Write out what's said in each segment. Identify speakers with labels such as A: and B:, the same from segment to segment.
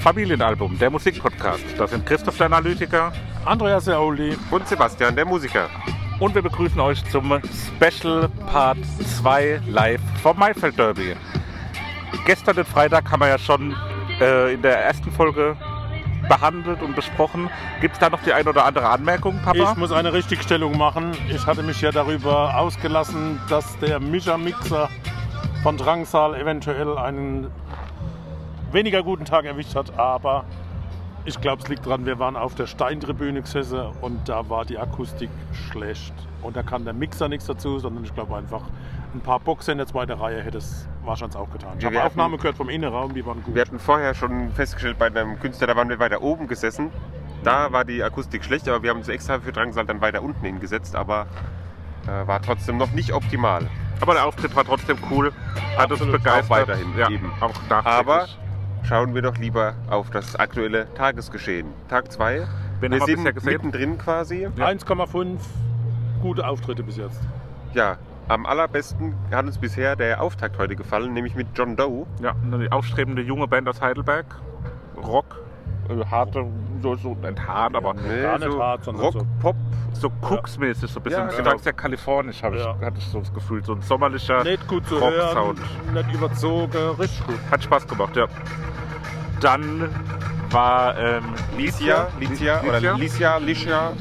A: Familienalbum, der Musikpodcast. Das sind Christoph der Analytiker
B: Andreas Jauli.
C: und Sebastian, der Musiker.
A: und wir begrüßen euch zum Special Part 2 live vom Maifeld Derby. Gestern den Freitag haben wir ja schon äh, in der ersten Folge behandelt und besprochen. Gibt es da noch die ein oder andere Anmerkung, Papa?
B: Ich muss eine Richtigstellung machen. Ich hatte mich ja darüber ausgelassen, dass der Mischer-Mixer von Drangsal eventuell einen weniger guten Tag erwischt hat, aber ich glaube, es liegt daran, wir waren auf der Steintribüne gesessen und da war die Akustik schlecht. Und da kann der Mixer nichts dazu, sondern ich glaube einfach, ein paar Boxen in der zweiten Reihe hätte es wahrscheinlich auch getan. Ich
C: Ja, wir
B: habe Aufnahme
C: hatten-
B: gehört vom Innenraum, die waren gut.
C: Wir hatten vorher schon festgestellt, bei einem Künstler, da waren wir weiter oben gesessen. Da war die Akustik schlecht, aber wir haben uns extra für Drangsal dann weiter unten hingesetzt, aber äh, war trotzdem noch nicht optimal.
A: Aber der Auftritt war trotzdem cool, hat
C: Absolut,
A: uns begeistert.
C: auch weiterhin,
A: ja,
C: eben.
A: auch nachträglich.
C: Aber schauen wir doch lieber auf das aktuelle Tagesgeschehen. Tag 2.
A: Wen
C: Wir
A: haben wir
C: sind
A: bisher gesehen?
C: mittendrin quasi.
B: 1,5 gute Auftritte bis jetzt.
C: Ja, am allerbesten hat uns bisher der Auftakt heute gefallen, nämlich mit John Doe.
A: Ja, eine aufstrebende junge Band aus Heidelberg. Rock, äh, harte, so, so nicht hart, aber
C: Nee,
B: gar nicht hart, sondern
C: Rock,
B: so-
C: Pop.
A: so Cooks-mäßig, so ein bisschen.
C: Ja,
A: Ja,
C: genau.
A: sehr kalifornisch, hab ich,
B: Ja.
A: hatte ich so das Gefühl. So ein sommerlicher
B: Nicht gut zu
A: Rock-Sound.
B: hören, nicht überzogen, richtig gut.
A: Hat Spaß gemacht, ja. Dann war ähm,
C: Licia, Licia, oder
A: Licia.
C: Licia, Licia.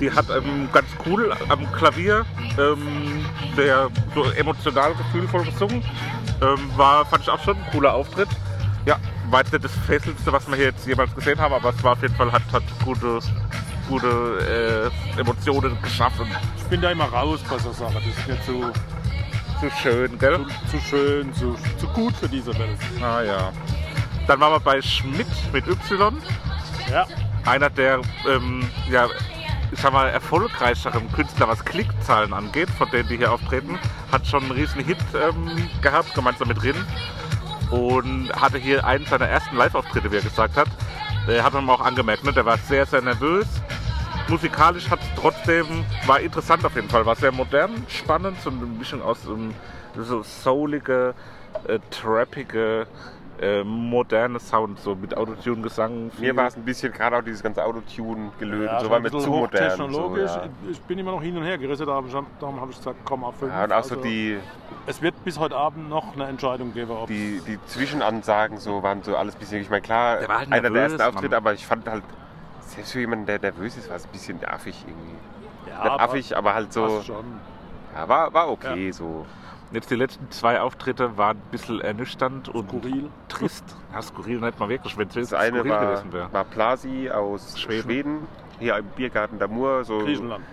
A: Die hat ähm, ganz cool am Klavier ähm, sehr so emotional gefühlvoll gesungen. Ähm, war, fand ich auch schon ein cooler Auftritt. Ja, war jetzt nicht das Fesselste, was wir hier jetzt jemals gesehen haben, aber es war auf jeden Fall, hat, hat gute, gute äh, Emotionen geschaffen.
B: Ich bin da immer raus bei so Sachen. Das ist mir zu,
A: So schön, gell?
B: zu, zu schön, zu, zu gut für diese Welt.
A: Ah ja. Dann waren wir bei Schmidt mit Y.
B: Ja,
A: einer der, ähm, ja, ich sag mal, erfolgreicheren Künstler, was Klickzahlen angeht, von denen die hier auftreten, hat schon einen riesen Hit ähm, gehabt, gemeinsam mit Rin. Und hatte hier einen seiner ersten Live-Auftritte, wie er gesagt hat. Äh, hat man auch angemerkt, ne? der war sehr, sehr nervös. Musikalisch hat trotzdem, war interessant auf jeden Fall, war sehr modern, spannend, so eine Mischung aus ähm, so soulige, äh, trappige, äh, moderne Sound, so mit Autotune, Gesang. viel-
C: Mir war es ein bisschen gerade auch dieses ganze Autotune gelöst.
B: ja
C: so
B: schon
C: war
B: ein
C: mir
B: bisschen
C: zu modern. So,
B: hochtechnologisch.
C: ja.
B: Ich bin immer noch hin und her gerissen, darum, darum habe ich gesagt, komm auf 5.
C: Ja, und auch
B: Also
C: so die,
B: es wird bis heute Abend noch eine Entscheidung geben, ob
C: die, die Zwischenansagen so waren so alles ein bisschen. Ich meine, klar,
A: Der war halt
C: einer der
A: nervös,
C: ersten
A: Mann.
C: Auftritte, aber ich fand halt, selbst für jemanden, der nervös ist, war es ein bisschen affig irgendwie.
B: ja,
C: Nicht affig, aber halt so.
B: passt schon.
C: Ja, war, war okay so.
A: Jetzt die letzten zwei Auftritte waren ein bisschen ernüchternd und
B: Skurril.
A: trist. Ja, skurril nicht mal wirklich, wenn es
C: Das eine
A: skurril gewesen wäre.
C: war, war Plasi aus
A: Schweden.
C: Schweden. hier im Biergarten Damur, so
B: Griechenland.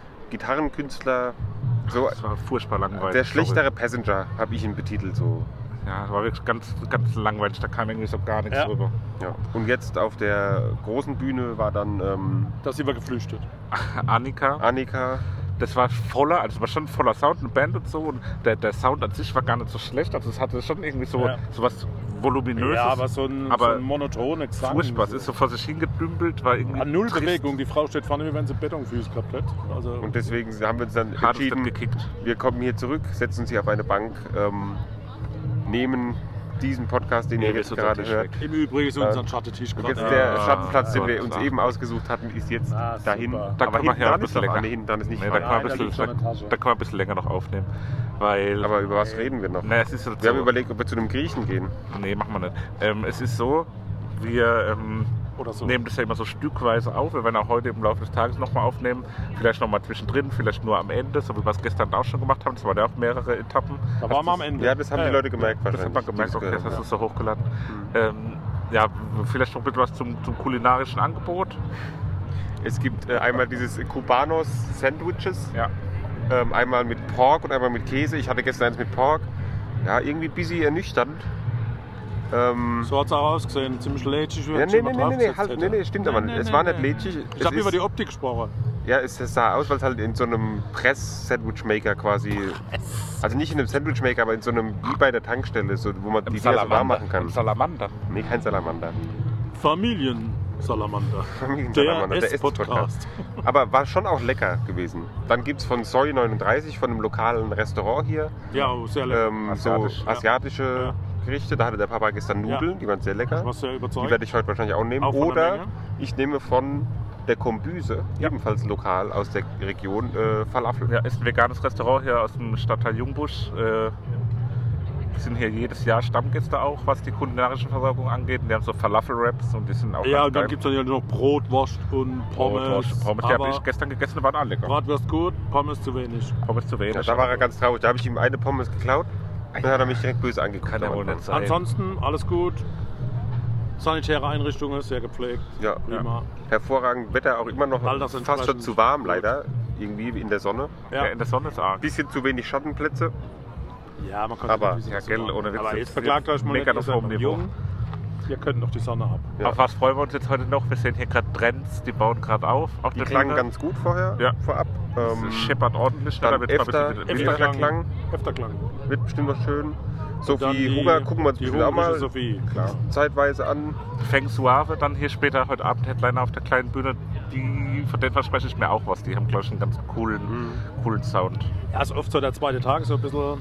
C: Gitarrenkünstler. So
A: Das war furchtbar langweilig.
C: der
A: sorry.
C: schlechtere Passenger habe ich ihn betitelt so.
A: Ja, das war wirklich ganz, ganz langweilig. Da kam irgendwie so gar nichts
B: Ja.
A: rüber.
C: Ja. Und jetzt auf der großen Bühne war dann ähm,
B: Da sind wir geflüchtet.
A: Annika,
C: Annika.
A: das war voller, also war schon voller Sound, eine Band und so. Und der, der Sound an sich war gar nicht so schlecht. Also es hatte schon irgendwie so,
B: Ja.
A: so was Voluminöses.
B: ja, aber so ein,
A: aber
B: so ein monotone Gesang.
A: furchtbar. Es ist so vor sich hingedümpelt, war irgendwie.
B: An Null
A: trist.
B: Bewegung. Die Frau steht vorne, wie wenn sie Betonfüße gehabt hätte. Also,
C: Und deswegen haben wir uns dann
A: Hart ist das
C: entschieden,
A: gekickt.
C: wir kommen hier zurück, setzen uns hier auf eine Bank, ähm, nehmen diesen Podcast, den ihr jetzt gerade hört.
B: Im Übrigen ist unser Schattetisch gerade.
C: Jetzt der
A: Ah,
C: Schattenplatz, den wir uns
A: Gott.
C: eben ausgesucht hatten, ist jetzt
B: Ah,
C: dahin.
B: super.
A: Da
C: aber
A: kann man
C: hinten
A: ja ein
C: dran ist
A: bisschen
C: lecker.
A: länger.
C: Nee, hinten dran ist nicht
A: Nee, da,
C: frei.
A: kann man ein
B: da
A: bisschen,
B: liegt schon eine Tasche.
A: da, da kann man ein bisschen länger noch aufnehmen. Weil.
C: Aber über was reden wir noch?
A: naja, es ist halt
C: Wir haben
A: so-
C: überlegt, ob wir zu einem Griechen gehen.
A: Nee, machen wir nicht. Ähm, es ist so, wir ähm,
B: Oder so.
A: nehmen das ja immer so stückweise auf. Wir werden auch heute im Laufe des Tages nochmal aufnehmen. Vielleicht nochmal zwischendrin, vielleicht nur am Ende, so wie wir es gestern auch schon gemacht haben. Das waren ja auch mehrere Etappen.
B: Da waren wir am Ende.
C: Ja, das haben die Leute gemerkt
A: Das hat
C: wahrscheinlich. äh,
A: man
C: die
A: gemerkt,
C: das
A: okay,
C: gehört
A: das hast
C: haben.
A: du so hochgeladen.
B: Mhm.
A: Ähm, ja, vielleicht noch ein bisschen was zum, zum kulinarischen Angebot.
C: Es gibt äh, einmal dieses Cubanos Sandwiches,
A: Ja.
C: ähm, einmal mit Pork und einmal mit Käse. Ich hatte gestern eins mit Pork. Ja, irgendwie busy ernüchternd. Ähm,
B: So hat es auch ausgesehen. Ziemlich lätschig.
C: ja, nee, nee, nee, nee, nee, halt, nee, nee, stimmt aber nicht. es war nicht lätschig.
B: Ich
C: Es
B: habe über
C: ist-
B: die Optik gesprochen.
C: Ja, es es sah aus, weil es halt in so einem Press-Sandwich-Maker quasi. Also nicht in einem Sandwich-Maker, aber in so einem, wie bei der Tankstelle, so, wo man die Dinger so warm machen
A: Im
C: kann.
A: Salamander.
C: Nee, kein Salamander.
B: Familiensalamander.
C: Familiensalamander,
B: Der Ess-Podcast.
C: Aber war schon auch lecker gewesen. Dann gibt es von Soy 39, von einem lokalen Restaurant hier,
B: Ja, oh, sehr lecker.
C: ähm,
A: Asiatisch,
C: so
A: ja.
C: asiatische Gerichte. Da hatte der Papa gestern
B: Ja.
C: Nudeln, die waren sehr lecker.
B: Ich war sehr
C: Die
B: überzeugt.
C: werde ich heute wahrscheinlich auch nehmen.
B: Auch von der
C: Oder
B: Menge?
C: ich nehme von der Kombüse, ebenfalls lokal aus der Region, äh, Falafel.
A: Ja, ist ein veganes Restaurant hier aus dem Stadtteil Jungbusch. Äh, sind hier jedes Jahr Stammgäste auch, was die kulinarische Versorgung angeht. Und die haben so Falafel-Wraps und die sind auch
B: ja,
A: ganz
B: und dann
A: geil. Oh,
B: gibt es ja noch Brotwurst und Pommes.
A: Pommes. Pommes. Die habe ich
B: Aber
A: gestern gegessen, die waren alle lecker.
B: Bratwurst gut, Pommes zu wenig.
A: Pommes zu wenig.
C: Ja, da war er ganz traurig. Da habe ich ihm eine Pommes geklaut und dann hat er mich direkt böse angeguckt.
A: Kann ja
C: am
A: wohl
C: Anfang.
A: nicht sein.
B: Ansonsten alles gut. Sanitäre Einrichtungen, sehr gepflegt.
C: Ja,
B: Prima.
C: hervorragend. Wetter auch immer noch
B: Altersentsprechend
C: fast schon zu warm,
B: gut.
C: leider. Irgendwie in der Sonne.
A: ja.
B: Ja.
A: in der Sonne ist arg.
C: Bisschen zu wenig Schattenplätze.
B: Ja, man kann
C: Aber,
B: nicht wissen,
A: ja,
B: was
A: gell,
B: zu machen.
A: ohne Witz,
B: Aber
A: jetzt-
B: jetzt verklagt
A: jetzt
B: euch mal
A: meckert
B: nicht, ihr
A: auf
B: seid
A: hohem
B: noch
A: Niveau.
B: jung. Ihr könnt noch die Sonne ab.
C: Ja.
A: Auf was freuen wir uns jetzt heute noch? Wir sehen hier gerade Trends, die bauen gerade auf. auf
C: Die
A: der
C: klangen
A: Bühne.
C: ganz gut vorher,
A: Ja.
C: vorab.
A: Es
C: Ähm,
A: scheppert ordentlich.
C: dann
A: Da wird's mal ein
C: Efter,
A: bisschen-
C: Efter
B: Efterklang.
C: Klang
B: Efterklang.
C: wird bestimmt noch schön.
B: Dann
C: Sophie Huber gucken wir uns
B: die
C: bestimmt auch
B: huberische
C: mal
B: Sophie.
C: zeitweise an.
A: Feng Suave dann hier später heute Abend Headliner auf der kleinen Bühne. Die, von denen verspreche ich mir auch was. Die haben, glaube ich, einen ganz coolen,
C: Mhm.
A: coolen Sound.
B: Ja, ist oft so der zweite Tag so ein bisschen.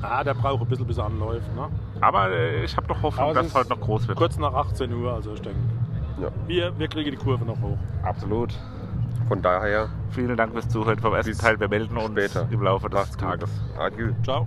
B: Ah, der braucht ein bisschen, bis er anläuft. Ne?
A: Aber äh, ich habe noch Hoffnung,
B: Aber
A: dass
B: es
A: es heute
B: ist
A: noch groß wird.
B: Kurz nach 18 Uhr, also ich denke.
C: Ja.
B: Wir, wir kriegen die Kurve noch hoch.
A: Absolut.
C: Von daher,
A: Vielen Dank fürs Zuhören vom ersten
C: Bis
A: Teil. Wir melden uns
C: später.
A: im Laufe des
C: macht's gut.
A: Tages.
C: Adieu.
B: Ciao.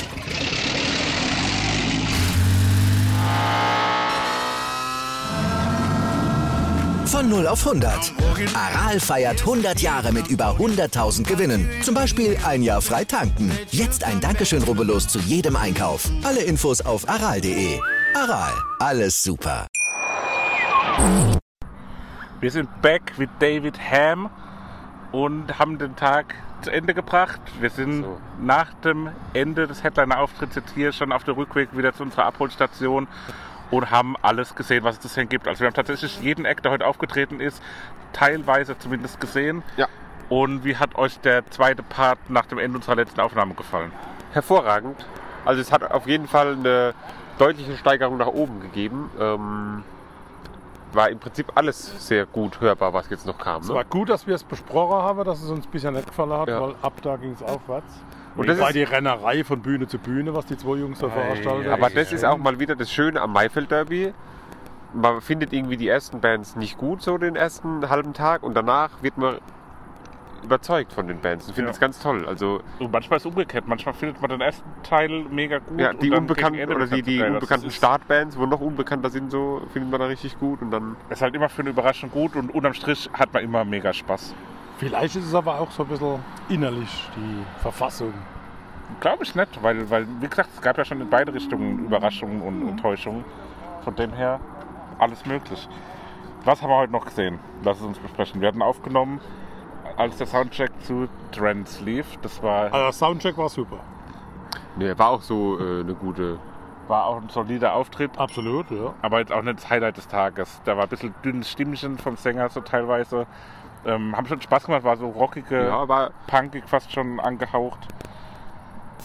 D: Von 0 auf 100. Aral feiert 100 Jahre mit über 100.000 Gewinnen. Zum Beispiel ein Jahr frei tanken. Jetzt ein Dankeschön, rubbellos zu jedem Einkauf. Alle Infos auf aral.de. Aral, alles super.
A: Wir sind back mit David Ham und haben den Tag zu Ende gebracht. Wir sind
C: So.
A: nach dem Ende des Headliner-Auftritts jetzt hier schon auf dem Rückweg wieder zu unserer Abholstation und haben alles gesehen, was es bisher gibt. Also wir haben tatsächlich jeden Act, der heute aufgetreten ist, teilweise zumindest gesehen.
C: Ja.
A: Und wie hat euch der zweite Part nach dem Ende unserer letzten Aufnahme gefallen?
C: hervorragend. Also es hat auf jeden Fall eine deutliche Steigerung nach oben gegeben. Ähm, war im Prinzip alles sehr gut hörbar, was jetzt noch kam.
E: Es
C: Ne?
E: war gut, dass wir es besprochen haben, dass es uns bisher nicht gefallen hat,
C: Ja.
E: weil ab da ging es aufwärts.
C: Und
E: Und
C: das
E: das war
C: ist-
E: die Rennerei von Bühne zu Bühne, was die zwei Jungs da veranstaltet haben.
C: Aber das ist auch mal wieder das Schöne am Maifeld Derby. Man findet irgendwie die ersten Bands nicht gut, so den ersten halben Tag, und danach wird man überzeugt von den Bands. Ich finde
A: Ja.
C: es ganz toll. Also
A: Und manchmal ist es umgekehrt. Manchmal findet man den ersten Teil mega gut. und
C: ja, die
A: dann gegen
C: unbekannten
A: Ende
C: oder
A: das
C: die, die
A: ganze Teil. Das
C: unbekannten
A: ist-
C: Startbands, wo noch unbekannter sind, so findet man da richtig gut und dann
A: Ist halt immer für eine Überraschung gut und unterm Strich hat man immer mega Spaß.
E: Vielleicht ist es aber auch so ein bisschen innerlich, die Verfassung.
A: Glaube ich nicht, weil, weil, wie gesagt, es gab ja schon in beide Richtungen Überraschungen
C: Mhm.
A: und Enttäuschungen. Von dem her alles möglich. Was haben wir heute noch gesehen? Lass es uns besprechen. Wir hatten aufgenommen, als der Soundcheck zu Trends lief. Das
C: Ah,
A: war,
B: Ah.
E: Also der Soundcheck war super.
C: ne, war auch so äh, eine gute.
A: war auch ein solider Auftritt,
E: Absolut, ja.
A: aber jetzt auch nicht das Highlight des Tages. Da war ein bisschen dünnes Stimmchen vom Sänger so teilweise. Ähm, haben schon Spaß gemacht, war so rockige,
C: Ja, war
A: punkig fast schon angehaucht.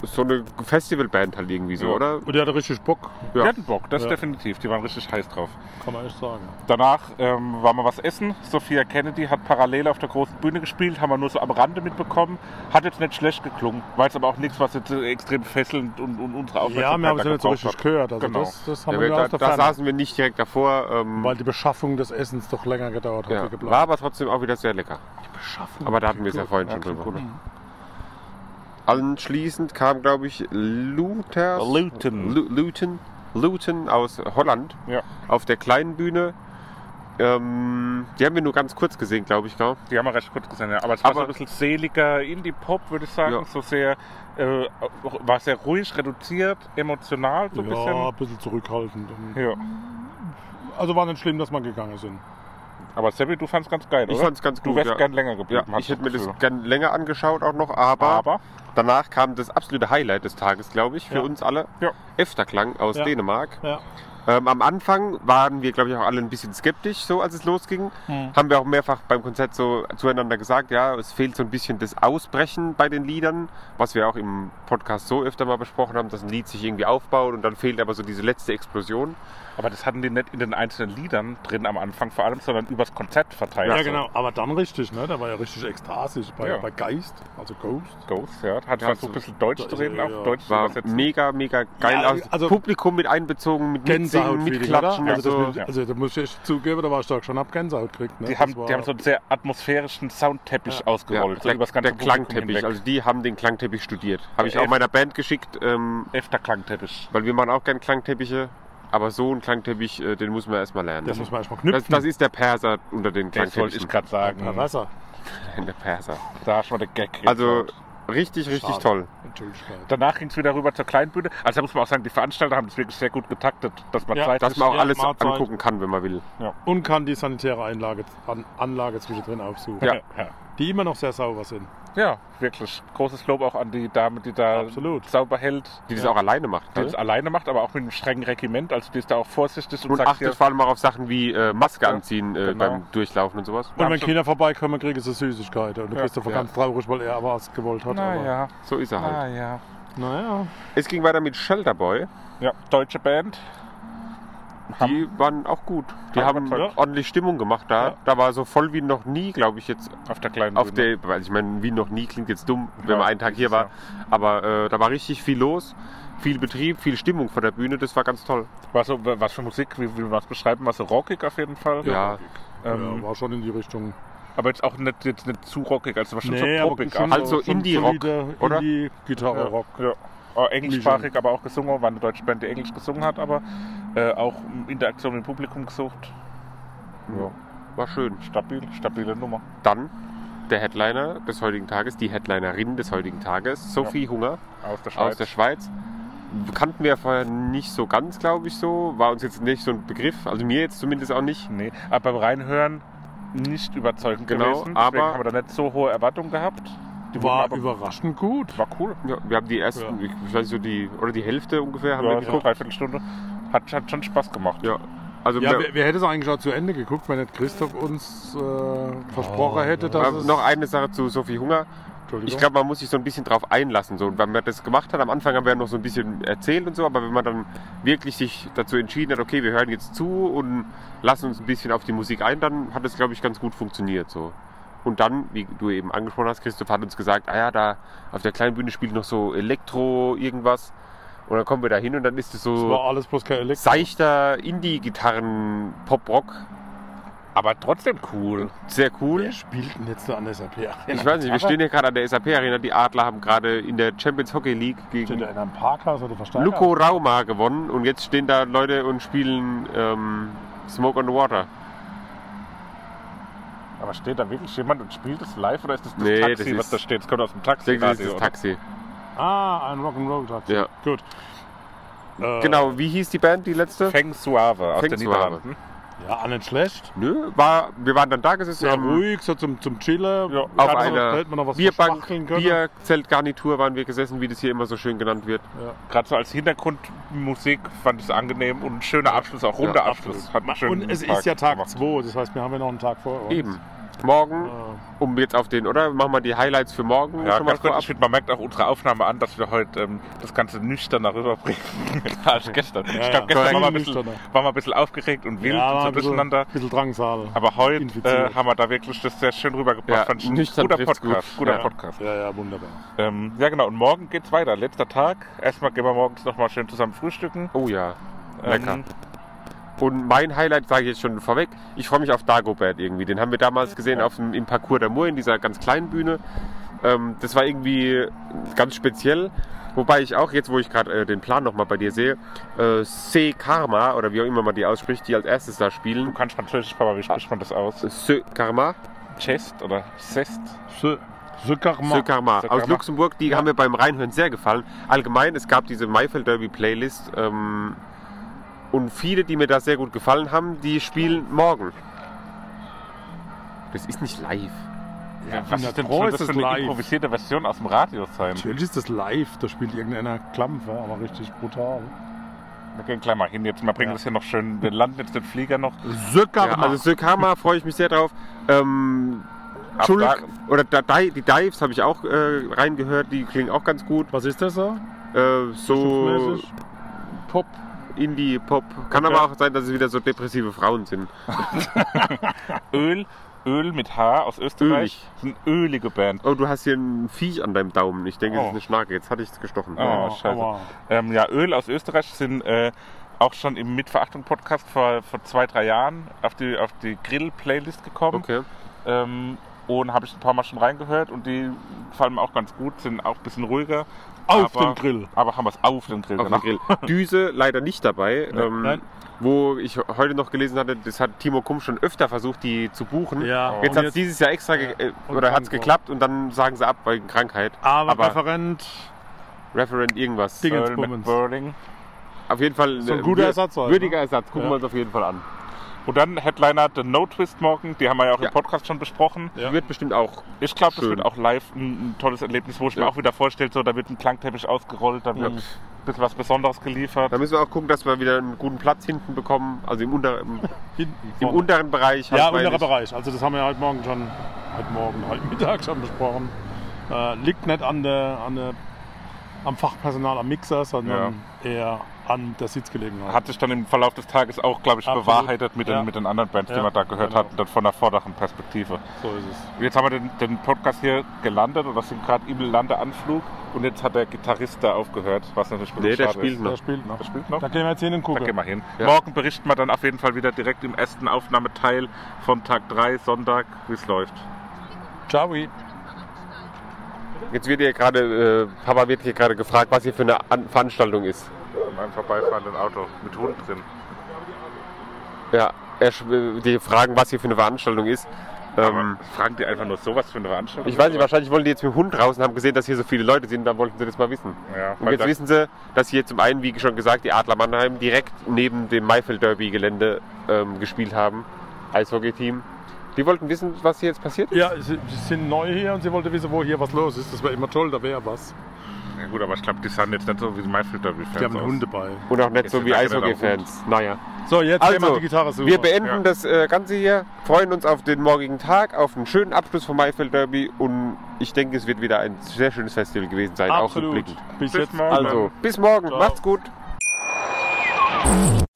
C: so eine Festivalband halt irgendwie so,
A: Ja.
C: oder?
B: Und der hatte richtig Bock,
C: Ja.
A: Die hatten Bock, das
B: Ja.
A: definitiv. Die waren richtig heiß drauf.
B: kann man echt sagen.
A: Danach ähm, waren wir was essen. Sophia Kennedy hat parallel auf der großen Bühne gespielt, haben wir nur so am Rande mitbekommen. Hat jetzt nicht schlecht geklungen, war jetzt aber auch nichts, was jetzt äh, extrem fesselnd und, und unsere
B: Ja,
A: Aufmerksamkeit
B: wir haben es ja
A: da
B: nicht so
A: gebraucht
B: richtig
A: hat.
B: gehört. Also
A: Genau.
B: das, das haben
C: Ja,
B: wir nur
C: da
B: aus der
C: da
B: Ferne.
C: saßen wir nicht direkt davor. Ähm,
B: Weil die Beschaffung des Essens doch länger gedauert hat, wie
C: ja.
B: geplant.
C: War aber trotzdem auch wieder sehr lecker.
B: Beschaffung.
C: Aber da hatten wir es ja vorhin schon drüber. Anschließend kam, glaube ich, Luther.
A: Luton.
C: Lu- Luton. Luton aus Holland
A: Ja.
C: auf der kleinen Bühne. Ähm, die haben wir nur ganz kurz gesehen, glaube ich, gell?
A: Die haben wir recht kurz gesehen, ja. Aber es war
C: Aber-
A: so ein bisschen seliger Indie-Pop, würde ich sagen.
C: Ja.
A: So sehr, äh, war sehr ruhig, reduziert, emotional so ein
B: Ja, ein bisschen zurückhaltend. Und-
A: bisschen. Ja.
B: Also war nicht schlimm, dass wir gegangen sind.
A: Aber Seppi, du fandst ganz geil,
C: Ich
A: oder?
C: fand's ganz
A: Du
C: gut,
A: wärst
C: ja.
A: gern länger
C: Ja,
A: geblieben. hast
C: ich hätte mir das
A: Gefühl.
C: gern länger angeschaut auch noch, aber,
A: Aber?
C: danach kam das absolute Highlight des Tages, glaube ich, für
B: Ja.
C: uns alle.
A: Ja.
C: Efterklang aus
B: Ja.
C: Dänemark.
B: Ja.
C: Ähm, am Anfang waren wir, glaube ich, auch alle ein bisschen skeptisch, so als es losging.
B: Hm.
C: Haben wir auch mehrfach beim Konzert so zueinander gesagt, ja, es fehlt so ein bisschen das Ausbrechen bei den Liedern, was wir auch im Podcast so öfter mal besprochen haben, dass ein Lied sich irgendwie aufbaut und dann fehlt aber so diese letzte Explosion.
A: Aber das hatten die nicht in den einzelnen Liedern drin am Anfang vor allem, sondern übers Konzert verteilt.
B: Ja, genau. Aber dann richtig, ne? Da war ja richtig ekstasisch bei,
A: Ja.
B: bei Geist, also Ghost.
A: Ghost, ja. Hat
C: Ja,
A: versucht,
C: so-
A: ein bisschen Deutsch
B: da
A: zu
B: ist
A: reden,
B: er,
A: auf
B: ja.
A: Deutsch zu
C: War
A: übersetzen.
C: mega, mega geil.
B: Ja,
C: aus.
B: also-
C: Publikum mit einbezogen, mit
B: Gänsehaut
C: Mitsingen, mit
B: wieder, oder?
C: Klatschen.
B: Also,
C: Also,
B: das, mit- also da muss ich echt zugeben, da war ich doch schon ab Gänsehaut gekriegt. Ne?
A: Die
B: Das
A: haben,
B: war,
A: die haben so einen sehr atmosphärischen Soundteppich
C: ja,
A: ausgerollt. so
C: der,
A: übers ganze
C: der
A: Publikum
C: Klangteppich,
A: hinweg. Äh,
C: also die haben den Klangteppich studiert. Habe ich
A: Ja,
C: auch
A: echt.
C: meiner Band geschickt, ähm,
A: Efter Klangteppich.
C: weil wir machen auch gern Klangteppiche, aber so einen Klangteppich, äh, den muss man erstmal lernen.
B: das muss man erstmal
C: Das,
B: knüpfen.
C: das ist der Perser unter den
A: Das wollte ich
C: Klangteppichen.
A: gerade sagen.
B: ja, Wasser.
C: Der Perser.
A: Da schon mal der Gag. jetzt
C: Also
A: halt.
C: richtig, richtig
B: Schade.
C: toll.
B: Entschuldigung.
A: Danach ging es wieder rüber zur Kleinbühne. Also da muss man auch sagen, die Veranstalter haben das wirklich sehr gut getaktet, dass man
B: Ja,
A: Zeit
C: Dass man auch
B: Ja,
C: alles
B: Mahlzeit.
C: angucken kann, wenn man will.
B: Und kann die sanitäre Einlage, An Anlage zwischendrin aufsuchen.
A: Ja. Ja.
B: Die immer noch sehr sauber sind.
A: ja, wirklich. Großes Lob auch an die Dame, die da
B: Absolut.
A: sauber hält,
C: Die das auch alleine macht. ne?
A: die das
C: gell?
A: alleine macht, aber auch mit einem strengen Regiment. Also die ist da auch vorsichtig und,
C: Und
A: sagt hier,
C: achtet vor allem auch auf Sachen wie äh, Maske
A: Ja,
C: anziehen äh,
A: genau.
C: beim Durchlaufen und sowas.
B: Und wenn
A: Absolut.
B: Kinder vorbeikommen, kriegen sie Süßigkeiten. Und der
A: Ja,
B: Christopher
C: ja.
B: ganz traurig, weil er aber was gewollt hat.
A: naja,
C: So ist er halt.
A: naja.
B: Aber, naja.
C: Es ging weiter mit Shelterboy.
A: Ja, deutsche Band.
C: Die waren auch gut. Die
A: Haben
C: haben
A: überzeugt.
C: ordentlich Stimmung gemacht da. Da war so voll wie noch nie, glaube ich, jetzt
A: Auf der kleinen
C: auf
A: Bühne.
C: der, also ich meine, wie noch nie klingt jetzt dumm, wenn
A: Ja,
C: man einen Tag hier war. Aber äh, da war richtig viel los, viel Betrieb, viel Stimmung vor der Bühne, das war ganz toll.
A: War so, was für Musik, wie will man es beschreiben? War so rockig auf jeden Fall.
C: Ja,
A: Ähm,
B: ja, war schon in die Richtung.
A: Aber jetzt auch nicht, jetzt nicht zu rockig, also war schon so
B: aber
A: poppig.
B: schon
A: auch.
C: halt so
B: schon
C: Indie-Rock,
B: solide
C: oder?
B: Indie-Gitarre-Rock.
A: Ja. Auch englischsprachig, aber auch gesungen. War eine deutsche Band, die Englisch gesungen hat, aber äh, auch ähm, Interaktion mit dem Publikum gesucht. Ja.
C: war schön.
A: Stabil, stabile Nummer.
C: Dann der Headliner des heutigen Tages, die Headlinerin des heutigen Tages, Sophie Hunger
A: Aus der Schweiz.
C: aus der Schweiz. Kannten wir vorher nicht so ganz, glaube ich, so. War uns jetzt nicht so ein Begriff, also mir jetzt zumindest auch nicht.
A: nee. Aber beim Reinhören nicht überzeugend
C: Genau,
A: gewesen. Deswegen
C: aber-
A: haben wir da nicht so hohe Erwartungen gehabt. Die wurden
B: War
A: aber-
B: überraschend gut.
A: war cool.
C: Ja, wir haben die ersten, ich weiß nicht, so die, oder die Hälfte ungefähr haben
A: Ja,
C: wir
A: so
C: geguckt.
A: dreiviertel Stunde. Hat, hat schon Spaß gemacht.
C: Ja, also
B: Ja,
C: wir-
B: wer, wer hätte es eigentlich auch zu Ende geguckt, wenn nicht Christoph uns äh, versprochen hätte, dass
C: Ähm,
B: es...
C: noch eine Sache zu Sophie Hunger.
B: Entschuldigung.
C: Ich glaube, man muss sich so ein bisschen drauf einlassen. So. Und wenn man das gemacht hat, am Anfang haben wir noch so ein bisschen erzählt und so, aber wenn man dann wirklich sich dazu entschieden hat, okay, wir hören jetzt zu und lassen uns ein bisschen auf die Musik ein, dann hat das, glaube ich, ganz gut funktioniert. So. Und dann, wie du eben angesprochen hast, Christoph hat uns gesagt, ah ja, da auf der kleinen Bühne spielt noch so Elektro irgendwas. Und dann kommen wir da hin und dann ist es
B: Es war
C: so
B: alles bloß kein Elektro.
C: seichter Indie-Gitarren-Pop-Rock.
A: Aber trotzdem cool.
C: Sehr cool.
B: Wer spielt denn jetzt da an der SAP?
C: Ich weiß nicht, wir stehen hier gerade an der SAP-Arena. Die Adler haben gerade in der Champions Hockey League
B: Steht
C: gegen
B: da in einem Parkhaus oder Versteiger?
C: Luko Rauma gewonnen und jetzt stehen da Leute und spielen ähm, Smoke on the Water.
A: Aber steht da wirklich jemand und spielt das live oder ist das das
C: Nee,
A: Taxi,
C: das ist-
A: was da steht? Das kommt aus dem
C: Ich
A: Taxi.
C: denke, das ist
A: Radio,
C: das
A: oder?
C: Taxi.
B: Äh. Ah, ein Rock'n'Roll-Taxi.
C: Ja.
B: Gut. Äh,
C: Genau, wie hieß die Band, die letzte?
A: Feng Suave aus
C: Feng
A: den
C: Suave.
A: Niederlanden.
B: Ja, auch nicht schlecht.
C: Nö, war, wir waren dann da gesessen,
B: Sehr
C: haben
B: ruhig, so zum, zum Chillen.
A: Ja,
C: Ähm, auf
B: Kann man-
C: einer
B: hätte man noch was
C: Bierbank,
B: verschachteln können.
C: Bierzeltgarnitur waren wir gesessen, wie das hier immer so schön genannt wird.
A: Gerade so als Hintergrundmusik fand ich es angenehm und ein schöner Abschluss, auch runder
C: Ja,
A: Abschluss. Hat einen schönen
B: Und es
A: Tag
B: ist ja Tag
A: gemacht.
B: 2, das heißt, wir haben ja noch einen Tag vor uns.
C: Eben. morgen, um jetzt auf den, oder? Machen wir die Highlights für morgen
A: Ja,
C: schon mal
A: ganz kurz,
C: vorab.
A: ich finde, man merkt auch unserer Aufnahme an, dass wir heute ähm, das Ganze nüchterner rüberbringen als also gestern. ich
B: ja,
A: glaube, gestern waren wir, ein
B: viel
A: bisschen,
B: nüchterner.
A: waren wir ein bisschen aufgeregt und wild
B: Ja,
A: und so
B: war
A: ein
B: ein
A: bisschen
B: bisschen,
A: einander.
B: bisschen Drangsal.
A: Aber heute äh,
B: Infiziert.
A: haben wir da wirklich das sehr schön rübergebracht.
C: Ja,
A: Fand ich ein
C: nüchtern
A: guter
C: trifft's
A: Podcast.
C: gut.
A: Guter
C: Ja.
A: Podcast.
B: Ja, ja, wunderbar.
A: Ähm, ja, genau. Und morgen geht's weiter. Letzter Tag. Erstmal gehen wir morgens nochmal schön zusammen frühstücken.
C: Oh ja, lecker.
A: Ähm,
C: Und mein Highlight sage ich jetzt schon vorweg. Ich freue mich auf Dagobert irgendwie. Den haben wir damals gesehen auf dem, im Parcours d'Amour in dieser ganz kleinen Bühne. Ähm, das war irgendwie ganz speziell. Wobei ich auch jetzt, wo ich gerade äh, den Plan nochmal bei dir sehe, äh, C. Karma oder wie auch immer man die ausspricht, die als erstes da
A: du
C: spielen.
A: kannst Französisch, Papa. Wie spricht man das aus?
C: C. Karma?
A: Chest oder Sest?
B: Se- Söckerma.
C: Sir Karma
A: Sir
C: aus
A: Karma.
C: Luxemburg, die haben mir beim Reinhören sehr gefallen. Allgemein, es gab diese Maifeld Derby Playlist ähm, und viele, die mir da sehr gut gefallen haben, die spielen morgen. Das ist nicht live.
A: Was
B: na,
A: ist denn
B: Pro
A: soll
B: ist
A: das für
B: es
A: eine
B: live.
A: improvisierte Version aus dem Radio sein?
B: Natürlich ist das live, da spielt irgendeiner Klampfe, aber richtig brutal.
A: Wir gehen gleich mal hin. Jetzt, wir bringen das hier noch schön. Wir landen jetzt den Flieger noch.
C: Ja,
B: Söckerma.
C: also Sir Karma freue ich mich sehr drauf. Ähm,
A: Ab
C: Schulk,
A: da-
C: oder da, Di- die Dives habe ich auch äh, reingehört, die klingen auch ganz gut.
B: Was ist das da?
C: Äh, so
B: Schutzmäßig? Pop.
C: Indie, Pop. Kann aber auch sein, dass es wieder so depressive Frauen sind.
A: Öl, Öl mit H aus Österreich.
C: Ölig.
A: Das ist eine ölige Band.
C: Oh, du hast hier ein Viech an deinem Daumen. Ich denke,
A: Oh.
C: das ist eine Schnarke. Jetzt hatte ich es gestochen.
A: Oh,
C: Ja.
A: scheiße.
B: aua.
A: Ähm, ja, Öl aus Österreich sind äh, auch schon im Mitverachtung-Podcast vor, vor zwei, drei Jahren auf die, auf die Grill-Playlist gekommen.
C: Okay.
B: Oh.
A: Ähm, und habe ich ein paar Mal schon reingehört und die gefallen mir auch ganz gut, sind auch ein bisschen ruhiger.
B: Auf dem Grill.
A: Aber haben wir es auf dem Grill
C: auf dem
A: gemacht.
C: Grill. Also, Düse leider nicht dabei. ähm,
B: nein.
C: Wo ich heute noch gelesen hatte, das hat Timo Kumm schon öfter versucht, die zu buchen.
B: Ja. Und
C: Jetzt hat es
B: jetzt-
C: dieses Jahr extra ge äh,
B: Und
C: oder hat es
B: krank war.
C: geklappt und dann sagen sie ab wegen Krankheit.
B: Aber, Referent,
C: Referent irgendwas. Äh,
B: Dinge.
A: Öl mit
B: Bummens.
A: Burning.
C: Auf jeden Fall
B: So ein
C: äh,
B: guter
C: wür-
B: Ersatz war es,
C: Würdiger
B: ne?
C: Ersatz. Gucken
B: Ja.
C: wir uns auf jeden Fall an.
A: Und dann Headliner The No Twist morgen, die haben wir ja auch
C: Ja.
A: im Podcast schon besprochen.
B: Ja.
C: Wird bestimmt auch.
A: Ich glaube, das
C: Schön.
A: wird auch live ein, ein tolles Erlebnis, wo ich mir
C: Ja.
A: auch wieder vorstelle, so, da wird ein Klangteppich ausgerollt, da wird ein bisschen was Besonderes geliefert.
C: Da müssen wir auch gucken, dass wir wieder einen guten Platz hinten bekommen. Also im, unter, im,
B: hinten.
C: im
B: vorne.
C: unteren Bereich.
B: Ja,
C: halt, weil
B: unterer
C: ich-
B: Bereich. Also das haben wir heute Morgen schon, heute Morgen, heute Mittag schon besprochen. Äh, liegt nicht an der, an der, am Fachpersonal, am Mixer, sondern eher an der Sitzgelegenheit.
A: Hat sich dann im Verlauf des Tages auch, glaube ich,
B: Absolut.
A: bewahrheitet mit,
B: Ja.
A: den, mit den anderen Bands, die
B: Ja,
A: wir da gehört
B: genau.
A: hatten, dann von der vorderen Perspektive.
B: so ist es.
A: Und Jetzt haben wir den, den Podcast hier gelandet oder sind gerade im Landeanflug und jetzt hat der Gitarrist da aufgehört, was natürlich ein
C: Nee,
A: bisschen
C: der
A: schade
C: spielt
A: ist.
C: noch.
B: Der spielt noch.
A: Der spielt noch?
B: Da gehen wir jetzt hin und
A: Da
B: gucken.
A: gehen wir hin.
C: Ja.
A: Morgen berichten wir dann auf jeden Fall wieder direkt im ersten Aufnahmeteil von Tag 3, Sonntag, wie es läuft.
B: Ciao.
C: Jetzt wird hier gerade, äh, Papa wird hier gerade gefragt, was hier für eine An Veranstaltung ist.
A: In einem vorbeifahrenden Auto mit Hund drin.
C: Ja, er, sch- äh, die fragen, was hier für eine Veranstaltung ist. Ähm,
A: Aber fragen die einfach nur sowas für eine Veranstaltung?
C: ich weiß nicht, wahrscheinlich wollen die jetzt mit dem Hund raus und haben gesehen, dass hier so viele Leute sind, dann wollten sie das mal wissen.
A: Ja,
C: und
A: weil
C: jetzt
A: das-
C: wissen sie, dass hier zum einen, wie schon gesagt, die Adler Mannheim direkt neben dem Maifeld Derby Gelände ähm, gespielt haben. Eishockey-Team. Die wollten wissen, was hier jetzt passiert ist.
B: Ja, sie, sie sind neu hier und sie wollte wissen, wo hier was los ist. Das wäre immer toll, da wäre was.
A: Ja, gut, aber ich glaube, die sahen jetzt nicht so wie die Maifeld Derby-Fans
B: Die haben
A: aus.
B: einen Hund dabei.
C: Und auch nicht
A: Jetzt
C: so wie
A: sind wir gerade
C: Eishockey-Fans. Naja.
B: So, jetzt gehen wir
C: Also,
B: die Gitarre suchen.
C: wir beenden
A: Ja.
C: das äh, Ganze hier, freuen uns auf den morgigen Tag, auf einen schönen Abschluss vom Maifeld Derby und ich denke, es wird wieder ein sehr schönes Festival gewesen sein, auch
B: Absolut.
C: rückblickend.
B: Bis,
A: Bis
B: jetzt.
A: morgen.
C: Also, bis morgen, macht's gut.